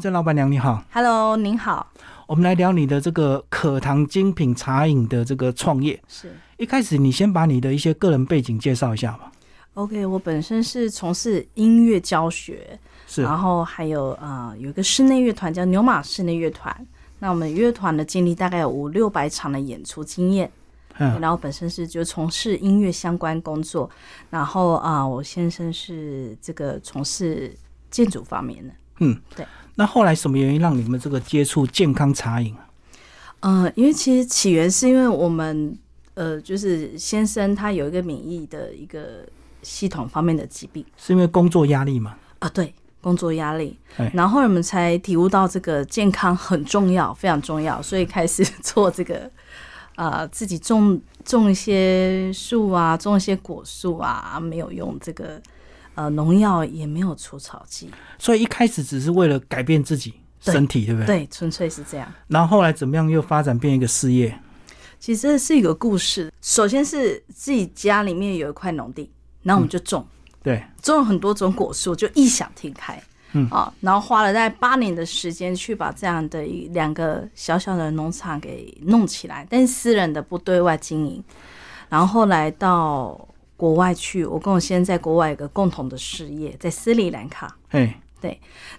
郑老板娘你好， Hello，您好，我们来聊你的这个可糖精品茶饮的这个创业。是一开始你先把你的一些个人背景介绍一下吧。 OK。我本身是从事音乐教学，是然后还有呃有一个室内乐团叫牛马室内乐团。那我们乐团的经历大概有五六百场的演出经验，嗯然后本身是就从事音乐相关工作，然后啊、呃我先生是这个从事建筑方面的。嗯，对。那后来什么原因让你们这个接触健康茶饮？啊嗯，因为其实起源是因为我们呃，就是先生他有一个免疫的一个系统方面的疾病。是因为工作压力吗？啊，对，工作压力哎，然后我们才体悟到这个健康很重要，非常重要，所以开始做这个，呃，自己种种一些树啊，种一些果树啊，没有用这个呃农药，也没有除草剂，所以一开始只是为了改变自己身体，对不对？对，纯粹是这样。然后后来怎么样又发展变一个事业？其实这是一个故事，首先是自己家里面有一块农地，然后我们就种。对，种了很多种果树，就异想天开。嗯啊，然后花了大概八年的时间去把这样的一两个小小的农场给弄起来，但是私人的不对外经营。然后后来到国外去，我跟我先生在国外有个共同的事业，在斯里兰卡。哎，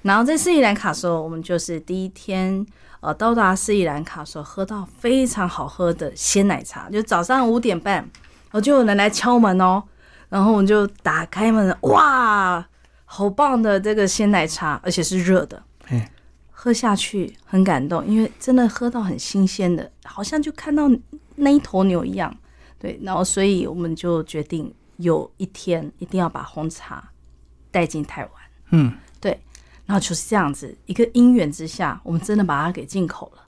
然后在斯里兰卡的时候，我们就是第一天，呃，到达斯里兰卡的时候，喝到非常好喝的鲜奶茶，就早上五点半，我就有人来敲门哦，然后我们就打开门，哇，好棒的这个鲜奶茶，而且是热的，哎，喝下去很感动，因为真的喝到很新鲜的，好像就看到那一头牛一样，对，然后所以我们就决定有一天一定要把红茶带进台湾。嗯，然后就是这样子一个因缘之下，我们真的把它给进口了。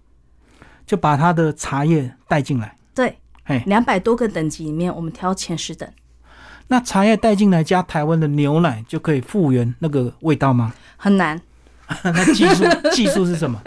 就把他的茶叶带进来。对，哎，两百多个等级里面，我们挑前十等，那茶叶带进来加台湾的牛奶就可以复原那个味道吗？很难。那技术技术是什么？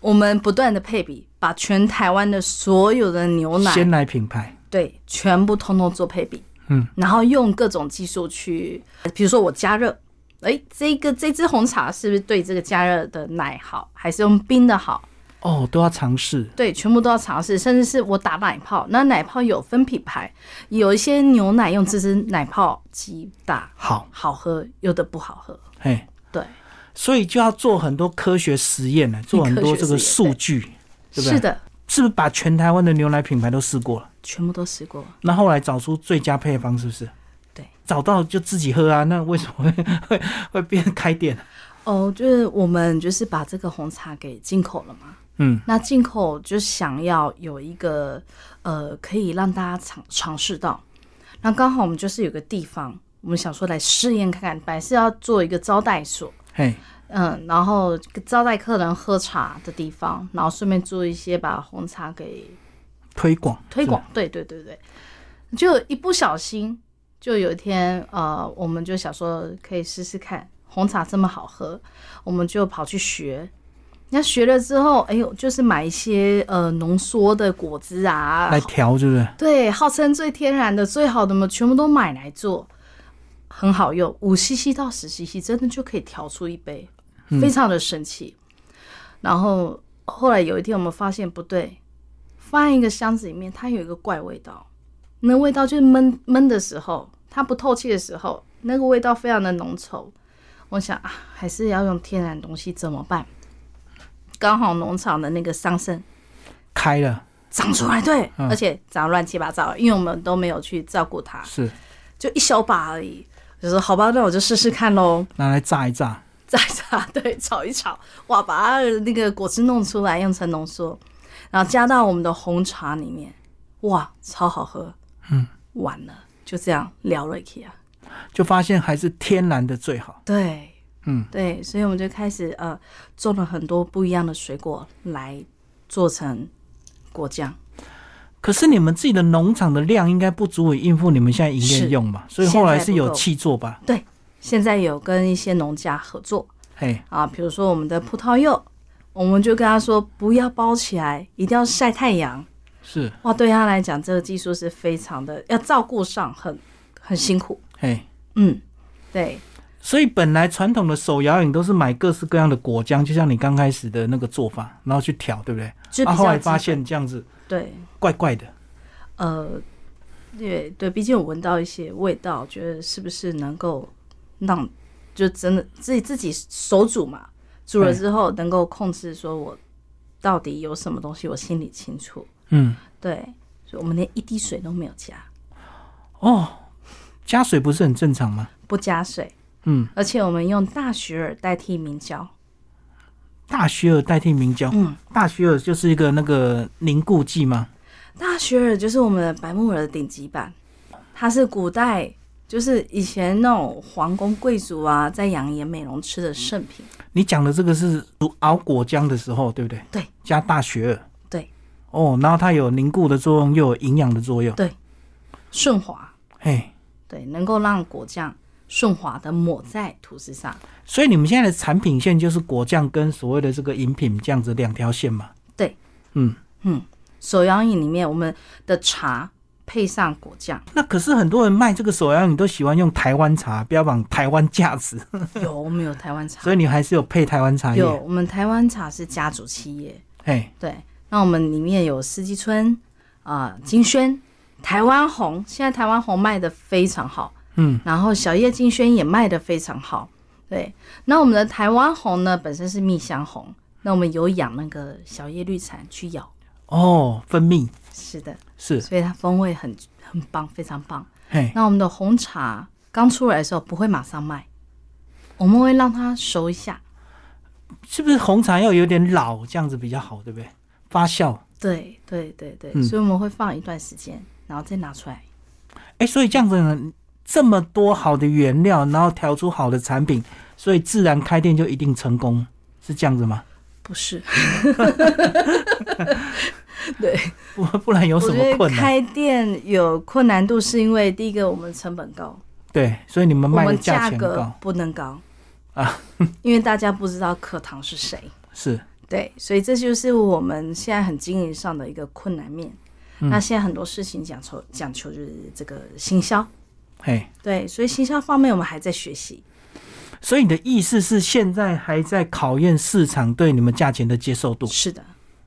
我们不断的配比，把全台湾的所有的牛奶，鲜奶品牌。对，全部通通做配比，嗯，然后用各种技术去，比如说我加热，哎，这个这支红茶是不是对这个加热的奶好，还是用冰的好？哦，都要尝试。对，全部都要尝试，甚至是我打奶泡，那奶泡有分品牌，有一些牛奶用这支奶泡机打，好，好喝，有的不好喝。哎，对，所以就要做很多科学实验 呢，做很多这个数据，对不对？是的，是不是把全台湾的牛奶品牌都试过了？全部都试过。那后来找出最佳配方，是不是？对，找到就自己喝啊。那为什么会 会会变开店？哦，就是我们就是把这个红茶给进口了嘛。嗯，那进口就想要有一个呃，可以让大家尝尝试到。那刚好我们就是有个地方，我们想说来试验看看，本来是要做一个招待所，嘿，嗯，然后招待客人喝茶的地方，然后顺便做一些把红茶给推广推是广。对对对对，就一不小心，就有一天，呃，我们就想说可以试试看，红茶这么好喝，我们就跑去学。那学了之后，哎呦，就是买一些呃浓缩的果汁啊，来调，是不是？对，号称最天然的、最好的嘛，全部都买来做，很好用，五 CC 到十 CC 真的就可以调出一杯，非常的神奇。然后后来有一天我们发现不对，放在一个箱子里面，它有一个怪味道，那味道就是闷闷的时候，它不透气的时候，那个味道非常的浓稠。我想啊，还是要用天然东西怎么办？刚好农场的那个桑葚开了，长出来，对，嗯而且长得乱七八糟，因为我们都没有去照顾它，是就一小把而已。就说好吧，那我就试试看 喽，拿来炸一炸。炸一炸，对，炒一炒，哇，把它的那个果汁弄出来，用成浓缩，然后加到我们的红茶里面，哇，超好喝。嗯，完了，就这样聊了一下。就发现还是天然的最好。对，嗯，对，所以我们就开始呃，种了很多不一样的水果来做成果酱。可是你们自己的农场的量应该不足以应付你们现在营业是用吧？所以后来现在是不有够气做吧？现在有跟一些农家合作，嘿，啊，比如说我们的葡萄柚，我们就跟他说不要包起来，一定要晒太阳。是，哇，对他来讲，这个技术是非常的要照顾上很很辛苦。嘿，嗯，对，所以本来传统的手摇饮都是买各式各样的果浆，就像你刚开始的那个做法，然后去调，对不对？就啊，比后较来基发本现这样子对，怪怪的，呃，对对，毕竟我闻到一些味道，觉得是不是能够让就真的自己自己手煮嘛，煮了对之后能够控制，说我到底有什么东西，我心里清楚。嗯，对，所以我们连一滴水都没有加，哦，加水不是很正常吗？不加水，嗯，而且我们用大雪耳代替明胶，大雪尔代替明胶，嗯，大雪尔就是一个那个凝固剂嘛，大雪耳就是我们的白木耳的顶级版，它是古代就是以前那种皇宫贵族啊在养颜美容吃的圣品。你讲的这个是煮熬果浆的时候，对不对？对，加大雪尔。对。哦，然后它有凝固的作用，又有营养的作用。顺滑，嘿，对，能够让果酱顺滑的抹在吐司上。所以你们现在的产品线就是果酱跟所谓的这个饮品这样子两条线嘛？对，嗯，手摇饮里面，我们的茶配上果 酱，那可是很多人卖这个手摇饮都喜欢用台湾茶，标榜台湾价 值，有我们有台湾茶，所以你还是有配台湾茶叶。有我们台湾茶是家族企业，嘿，对，那我们里面有四季春啊、金萱、台湾红，现在台湾红卖的非常好，嗯，然后小叶金萱也卖的非常好，对。那我们的台湾红呢，本身是蜜香红，那我们有养那个小叶绿蝉去咬，哦，蜂蜜是的，是，所以它风味很很棒，非常棒。嘿，那我们的红茶刚出来的时候不会马上卖，我们会让它熟一下，是不是红茶要有点老，这样子比较好，对不对？发酵，对对对对，嗯所以我们会放一段时间，然后再拿出来。哎、所以这样子呢，这么多好的原料，然后调出好的产品，所以自然开店就一定成功，是这样子吗？不是，不不然有我什觉么得困难？开店有困难度是因为第一个我们成本高，对，所以你们我卖的们价价钱格高，不能高啊， 因为大家不知道课堂是谁。是对，所以这就是我们现在很经营上的一个困难面。嗯那现在很多事情讲求讲求就是这个行销，嘿。对，所以行销方面我们还在学习。所以你的意思是，现在还在考验市场对你们价钱的接受度是的，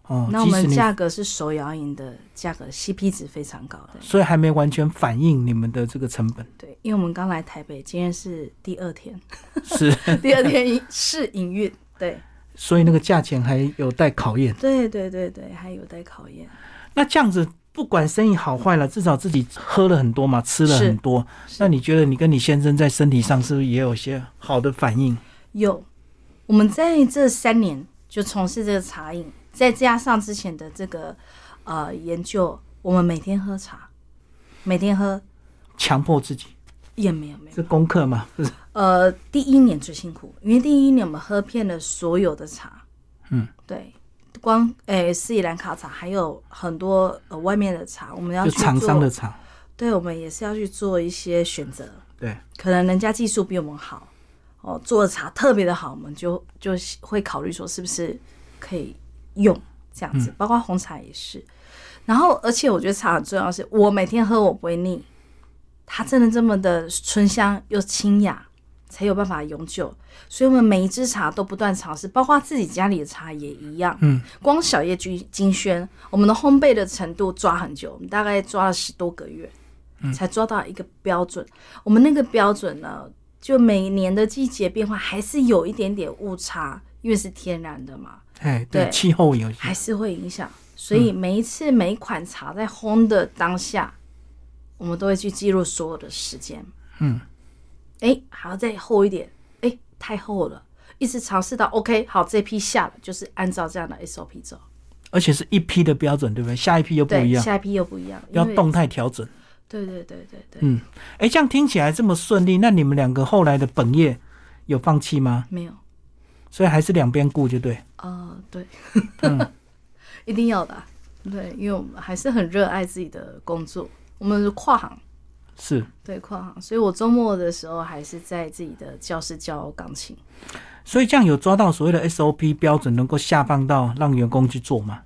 哦。那我即使们你价格是手摇饮的价格，CP 值非常高的。所以还没完全反映你们的这个成 本，对，因为我们刚来台北，今天是第二天， 是，第二天营试营运。对，所以那个价钱还有待考验。对对对对，还有待考验。那这样子，不管生意好坏了，至少自己喝了很多嘛，吃了很多。是那你觉得你跟你先生在身体上是不是也有一些好的反应？有，我们在这三年就从事这个茶饮，再加上之前的这个呃研究，我们每天喝茶，每天喝强迫自己也没有没有。这功课嘛，不是呃，第一年最辛苦，因为第一年我们喝遍了所有的茶，嗯，对，光诶斯里兰卡茶，还有很多呃外面的茶，我们要 就去做，厂商的厂，对，我们也是要去做一些选择，对，可能人家技术比我们好，哦，做的茶特别的好，我们就就会考虑说是不是可以用这样子，包括红茶也是。然后，而且我觉得茶很重要的是，我每天喝我不会腻，它真的这么的醇香又清雅，才有办法永久。所以，我们每一支茶都不断尝试，包括自己家里的茶也一样。嗯，光小叶金金萱，我们的烘焙的程度抓很久，我们大概抓了十多个月，嗯才抓到一个标准。我们那个标准呢，就每年的季节变化还是有一点点误差，因为是天然的嘛，哎，对，对气候有些还是会影响。所以每一次每一款茶在烘的当下，我们都会去记录所有的时间。嗯，哎，还要再厚一点，哎，太厚了，一直尝试到 OK，好，这批下了，就是按照这样的 SOP 走。而且是一批的标准，对不对？下一批又不一对，样，下一批又不一样，因要为。动态调整。对对对对对，嗯，哎，这样听起来这么顺利，那你们两个后来的本业有放弃吗？没有，所以还是两边顾就对。呃，对，嗯 一定要的啊、对，因为我们还是很热爱自己的工作，我们是跨行，是，对跨行，所以我周末的时候还是在自己的教室教钢琴。所以这样有抓到所谓的 SOP 标准，能够下放到让员工去做嘛？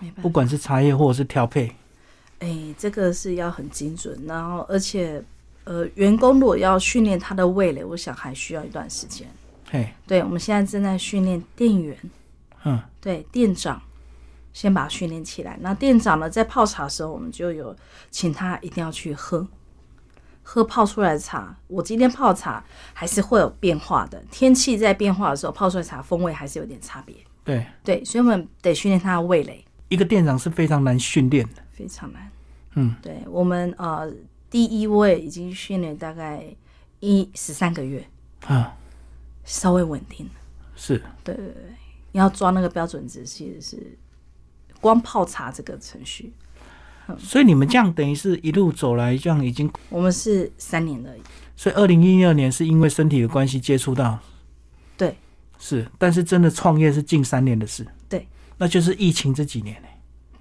没办不法，管是茶叶或者是调配，哎，这个是要很精准，然后而且呃，员工如果要训练他的味蕾，我想还需要一段时间。嘿，对，我们现在正在训练店员，嗯，对，店长先把他训练起来。那店长呢，在泡茶的时候，我们就有请他一定要去喝，喝泡出来的茶。我今天泡茶还是会有变化的，天气在变化的时候，泡出来的茶风味还是有点差别。对，对，所以我们得训练他的味蕾，一个店长是非常难训练的，非常难。嗯，对我们呃，第一位已经训练大概一十三个月，啊，稍微稳定了。是对对对，你要抓那个标准值，其实是光泡茶这个程序，嗯所以你们这样等于是一路走来，这样已经，我们是三年而已。所以二零一二年是因为身体的关系接触到，对，是，但是真的创业是近三年的事，对，那就是疫情这几年、欸、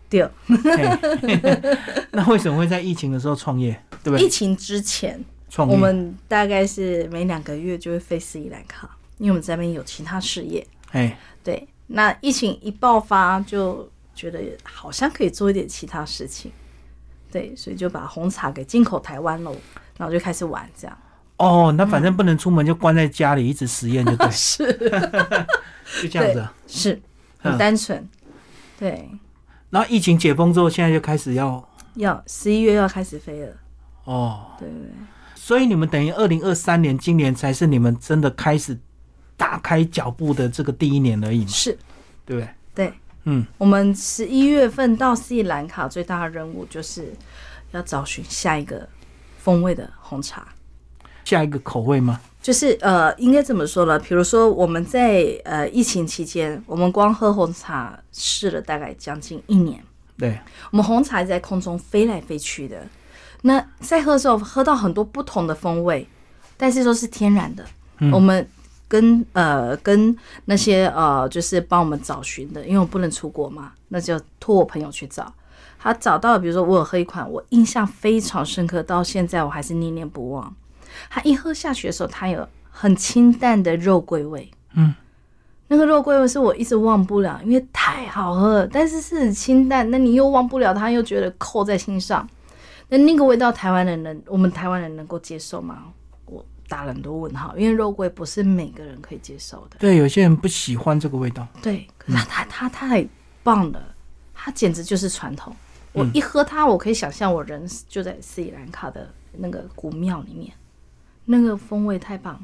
第二，嘿 那为什么会在疫情的时候创业？对不疫对？情之前，创我业，们大概是每两个月就会飞斯里兰卡，因为我们这边有其他事业。哎，对，那疫情一爆发，就觉得好像可以做一点其他事情，对，所以就把红茶给进口台湾喽，然后就开始玩这样。，哦，那反正不能出门，就关在家里一直实验，就对嗯 是 就这样子啊。是，很单纯，对，然后疫情解封之后，现在就开始要要十一月要开始飞了，哦，对对对。所以你们等于二零二三年今年才是你们真的开始打开脚步的这个第一年而已嘛，是，对不对？对，嗯，我们十一月份到斯里兰卡最大的任务就是要找寻下一个风味的红茶。下一个口味吗？就是呃，应该怎么说呢？比如说我们在呃疫情期间，我们光喝红茶试了大概将近一年，对，我们红茶在空中飞来飞去的。那在喝的时候，喝到很多不同的风味，但是都是天然的。我们跟呃跟那些呃就是帮我们找寻的，因为我不能出国嘛，那就托我朋友去找。他找到，比如说我有喝一款，我印象非常深刻，到现在我还是念念不忘。他一喝下去的时候，它有很清淡的肉桂味，那个肉桂味是我一直忘不了，因为太好喝了，但是是很清淡，那你又忘不了它，又觉得扣在心上。那那个味道，台湾人能，我们台湾人能够接受吗？我打了很多问号，因为肉桂不是每个人可以接受的。对，有些人不喜欢这个味道，对，可是它它它太棒了，它简直就是传统。我一喝它，我可以想象我人就在斯里兰卡的那个古庙里面，那个风味太棒，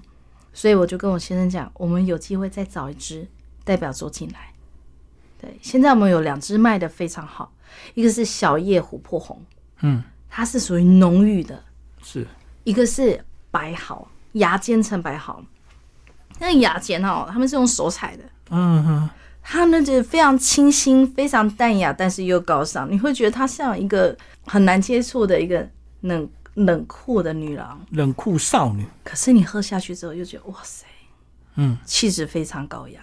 所以我就跟我先生讲，我们有机会再找一支代表作进来。对，现在我们有两支卖的非常好，一个是小叶琥珀红，嗯，它是属于浓郁的，是一个是白毫，芽尖呈白毫，那个芽尖哦，他们是用手采的，嗯哼，它那就是非常清新、非常淡雅，但是又高尚。你会觉得她像一个很难接触的一个冷冷酷的女郎，冷酷少女，可是你喝下去之后又觉得哇塞，嗯，气质非常高雅，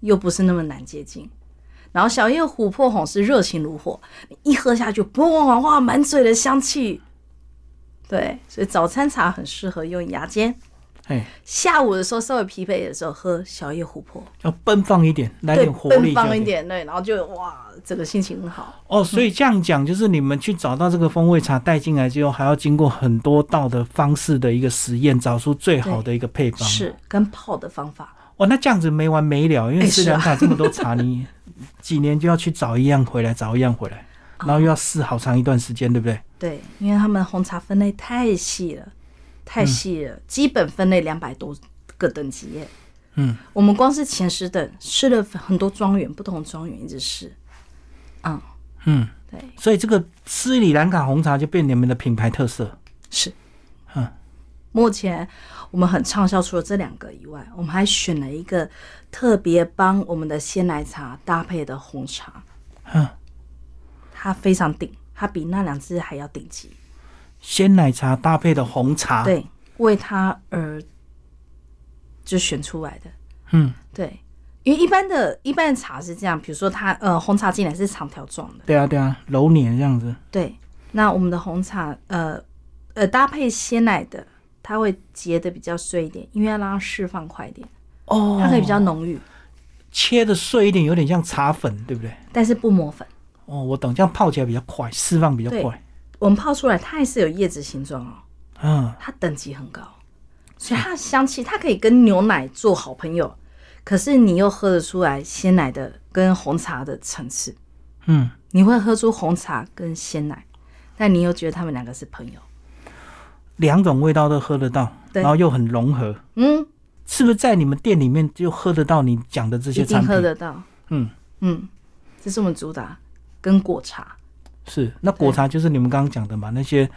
又不是那么难接近。然后小叶琥珀红是热情如火，你一喝下去，哇哇，满嘴的香气。对，所以早餐茶很适合用牙尖，哎，下午的时候稍微疲惫的时候喝小叶琥珀。要奔放一点，来对，点活力奔就好，放一点，对，然后就哇，整个心情很好。哦，所嗯以这样讲就是你们去找到这个风味茶带进来之后，还要经过很多道的方式的一个实验，找出最好的一个配方。，是跟泡的方法，哦，那这样子没完没了，因为哎斯是里啊兰卡这么多茶，你几年就要去找一样回来，找一样回 来，然后又要试好长一段时间，对不对？对，因为他们红茶分类太细了，嗯太细了，基本分类两百多个等级耶。嗯，我们光是前十等试了很多庄园，不同庄园一直试。嗯，嗯，对，所以这个斯里兰卡红茶就变你们的品牌特色。是。嗯，目前我们很畅销，除了这两个以外，我们还选了一个特别帮我们的鲜奶茶搭配的红茶，嗯，它非常顶，它比那两只还要顶级。鲜奶茶搭配的红茶，对，为它而就选出来的。嗯，对，因为一般的一般的茶是这样，比如说它呃红茶进来是长条状的，对啊，对啊，揉捻这样子。对，那我们的红茶呃呃搭配鲜奶的，它会结的比较碎一点，因为要让它释放快一点，哦，它可以比较浓郁，切的碎一点，有点像茶粉，对不对？但是不磨粉。哦，我懂，这样泡起来比较快，释放比较对快。我们泡出来，它还是有叶子形状哦，嗯，它等级很高，所以它的香气，它可以跟牛奶做好朋友，可是你又喝得出来鲜奶的跟红茶的层次，嗯，你会喝出红茶跟鲜奶，但你又觉得他们两个是朋友，两种味道都喝得到，对然后又很融合，嗯，是不是在你们店里面就喝得到你讲的这一些产定品？喝得到，嗯嗯，这是我们主打跟果茶，是，那果茶就是你们刚刚讲的嘛，那些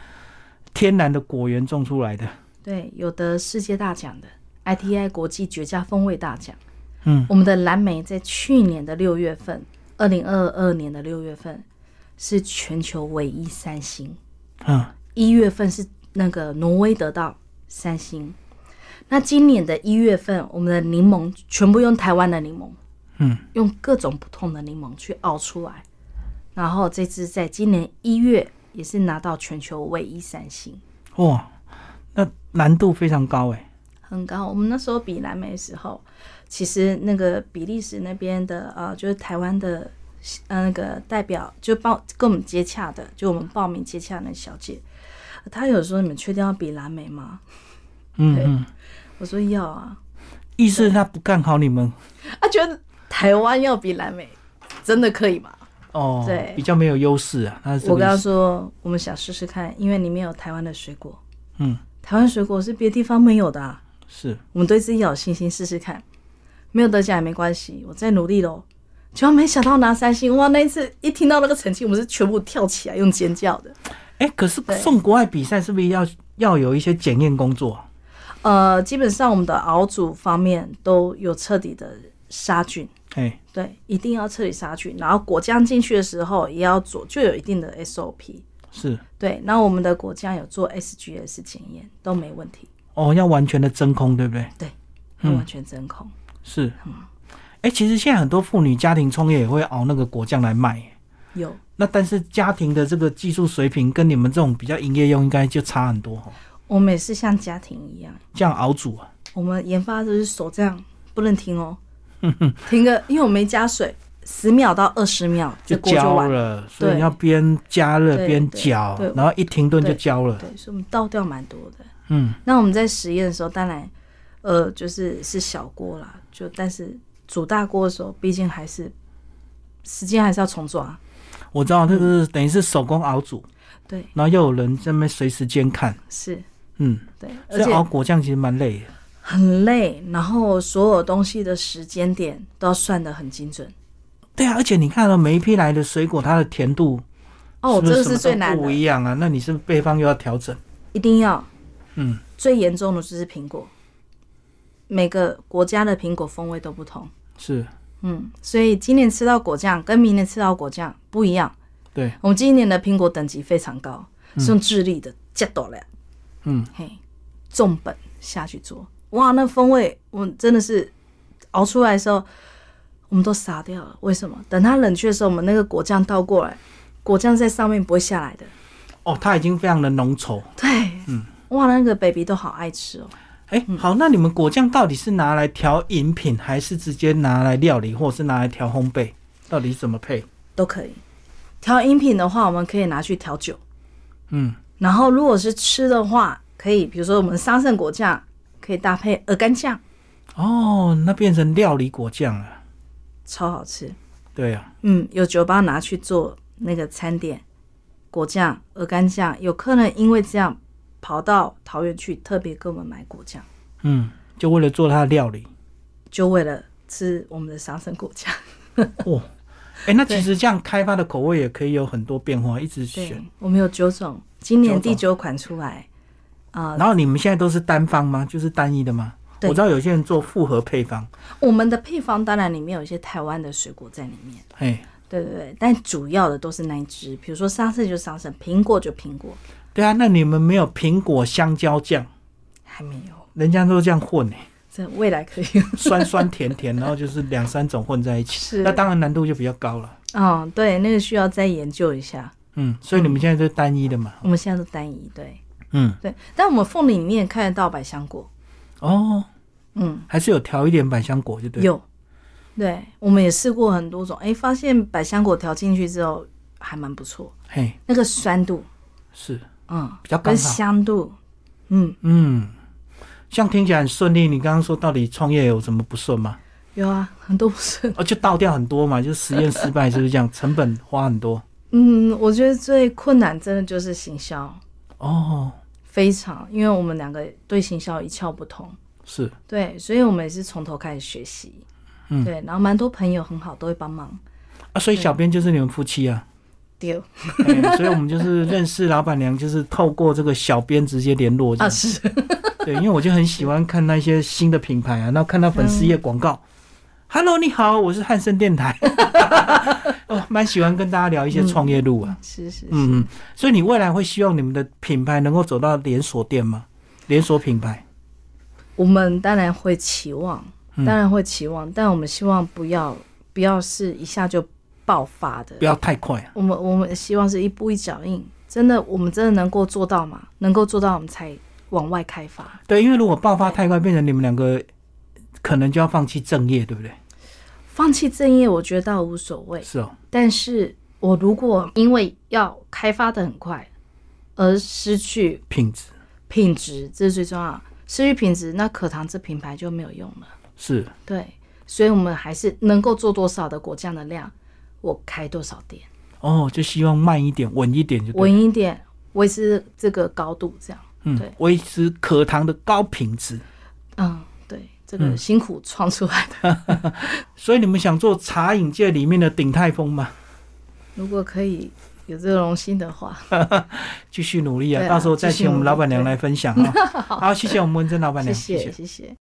天然的果园种出来的，对，有得世界大奖的 ITI 国际绝佳风味大奖。嗯，我们的蓝莓在去年的六月份，二零二二年的六月份是全球唯一三星，嗯，一月份是那个挪威得到三星。那今年的一月份，我们的柠檬全部用台湾的柠檬，嗯，用各种不同的柠檬去熬出来，然后这支在今年一月也是拿到全球唯一三星，哇，那难度非常高哎、很高。我们那时候比蓝莓的时候，其实那个比利时那边的呃，就是台湾的呃那个代表，就报跟我们接洽的，就我们报名接洽的那小姐，她有说你们确定要比蓝莓吗？嗯对嗯，我说要啊，意思是他不看好你们她啊觉得台湾要比蓝莓，真的可以吗？哦，对比较没有优势啊。那是这我个跟意她思说我们想试试看，因为里面有台湾的水果，嗯，台湾水果是别的地方没有的、啊，是我们对自己要有信心，试试看。没有得奖也没关系，我再努力喽。结果没想到拿三星，哇！那一次一听到那个成绩，我们是全部跳起来用尖叫的。哎、可是对送国外比赛是不是要要有一些检验工作啊？呃，基本上我们的熬煮方面都有彻底的杀菌，哎、对，一定要彻底杀菌。然后果酱进去的时候也要做，就有一定的 SOP。是对，那我们的果酱有做 SGS 检验，都没问题，哦，要完全的真空，对不对？嗯都完全真空。是。哎、其实现在很多妇女家庭创业也会熬那个果酱来卖、有那但是家庭的这个技术水平跟你们这种比较营业用应该就差很多哦。我们也是像家庭一样，这样熬煮啊，我们研发就是手这样不能停 哦，停个，因为我没加水，十秒到二十秒，这锅就焦完。了，所以对你要边加热对边对搅对，然后一停顿就焦了。对，所以我们倒掉蛮多的。嗯，那我们在实验的时候，当然，呃，就是是小锅啦，就但是煮大锅的时候，毕竟还是时间还是要重抓。我知道这个是等嗯于是手工熬煮，对，然后又有人在那边随时监看，是，嗯，对，而所以且熬果酱其实蛮累的。很累，然后所有东西的时间点都要算得很精准。对啊，而且你看到每一批来的水果，它的甜度哦，不这个什么是最都难不的，一样啊。那你是不是配方又要调整，一定要。嗯，最严重的就是苹果，每个国家的苹果风味都不同。是嗯，所以今年吃到果酱跟明年吃到果酱不一样。对，我们今年的苹果等级非常高，是用智利的加多了，嗯，嘿，重本下去做，哇，那风味我真的是熬出来的时候，我们都傻掉了。为什么？等它冷却的时候，我们那个果酱倒过来，果酱在上面不会下来的。哦，它已经非常的浓稠。对，嗯，哇，那个 baby 都好爱吃哦。哎、好，那你们果酱到底是拿来调饮品，还是直接拿来料理，或是拿来调烘焙？到底是怎么配？都可以。调饮品的话，我们可以拿去调酒。嗯，然后如果是吃的话，可以比如说我们桑葚果酱可以搭配鹅肝酱，哦，那变成料理果酱了。超好吃。对啊，嗯，有酒吧拿去做那个餐点，果酱、鹅肝酱，有客人因为这样跑到桃园去，特别跟我们买果酱，嗯，就为了做它的料 理。就为了吃我们的桑葚果酱。哦，哎、那对其实这样开发的口味也可以有很多变化，一直对选。，我们有九种，今年第九九款出来，啊、然后你们现在都是单方吗？就是单一的吗？对我知道有些人做复合配方，我们的配方当然里面有一些台湾的水果在里面。哎，对对对，但主要的都是那一支，比如说桑葚就桑葚，苹果就苹果，对啊，那你们没有苹果香蕉酱，还没有，人家都这样混、欸，这未来可以。酸酸甜甜，然后就是两三种混在一起，是那当然难度就比较高了。嗯，对，那个需要再研究一下。嗯，所以你们现在就单一的嘛。我们现在都单一，对嗯，对，但我们凤梨里面看得到百香果，哦，嗯，还是有调一点百香果就对。，有，对，我们也试过很多种，哎，发现百香果调进去之后还蛮不错，嘿，那个酸度，是嗯，比较刚跟好。香度，嗯，嗯，像听起来很顺利。你刚刚说到底创业有什么不顺吗？有啊，很多不是。 哦，就倒掉很多嘛，就实验失败，是不是这样？成本花很多。嗯，我觉得最困难真的就是行销， 哦，非常，因为我们两个对行销一窍不通，是，对，所以我们也是从头开始学习。嗯对，然后蛮多朋友很好，都会帮忙。啊，所以小编就是你们夫妻啊。丢哎所以我们就是认识老板娘，就是透过这个小编直接联络这啊，样。是，对，因为我就很喜欢看那些新的品牌啊，然后看到粉丝嗯页广告。Hello，你好，我是汉森电 台。哦，蛮喜欢跟大家聊一些创业路啊。是是是。嗯嗯，所以你未来会希望你们的品牌能够走到连锁店吗？连锁品牌，我们当然会期望，嗯当然会期望，但我们希望不要不要是一下就爆发的不。要太快啊。我们我们希望是一步一脚印，真的，我们真的能够做到吗？能够做到，我们才往外开发。对，因为如果爆发太快，变成你们两个可能就要放弃正业，对不对？放弃正业，我觉得倒无所谓。是哦，但是我如果因为要开发的很快而失去品质品质，这是最重要的。失去品质，那可糖这品牌就没有用了。是对，所以我们还是能够做多少的果酱的量，我开多少店，哦，就希望慢一点、稳一点就对。稳一点，维持这个高度，这样。嗯对，维持可糖的高品质。嗯，对，这个辛苦创出来的。所以你们想做茶饮界里面的鼎泰丰吗？如果可以有这个荣幸的话，继续努力啊，对啊到时候再继续请我们努哦力 老板娘来分享啊。好，谢谢我们文珍老板谢娘，谢谢谢。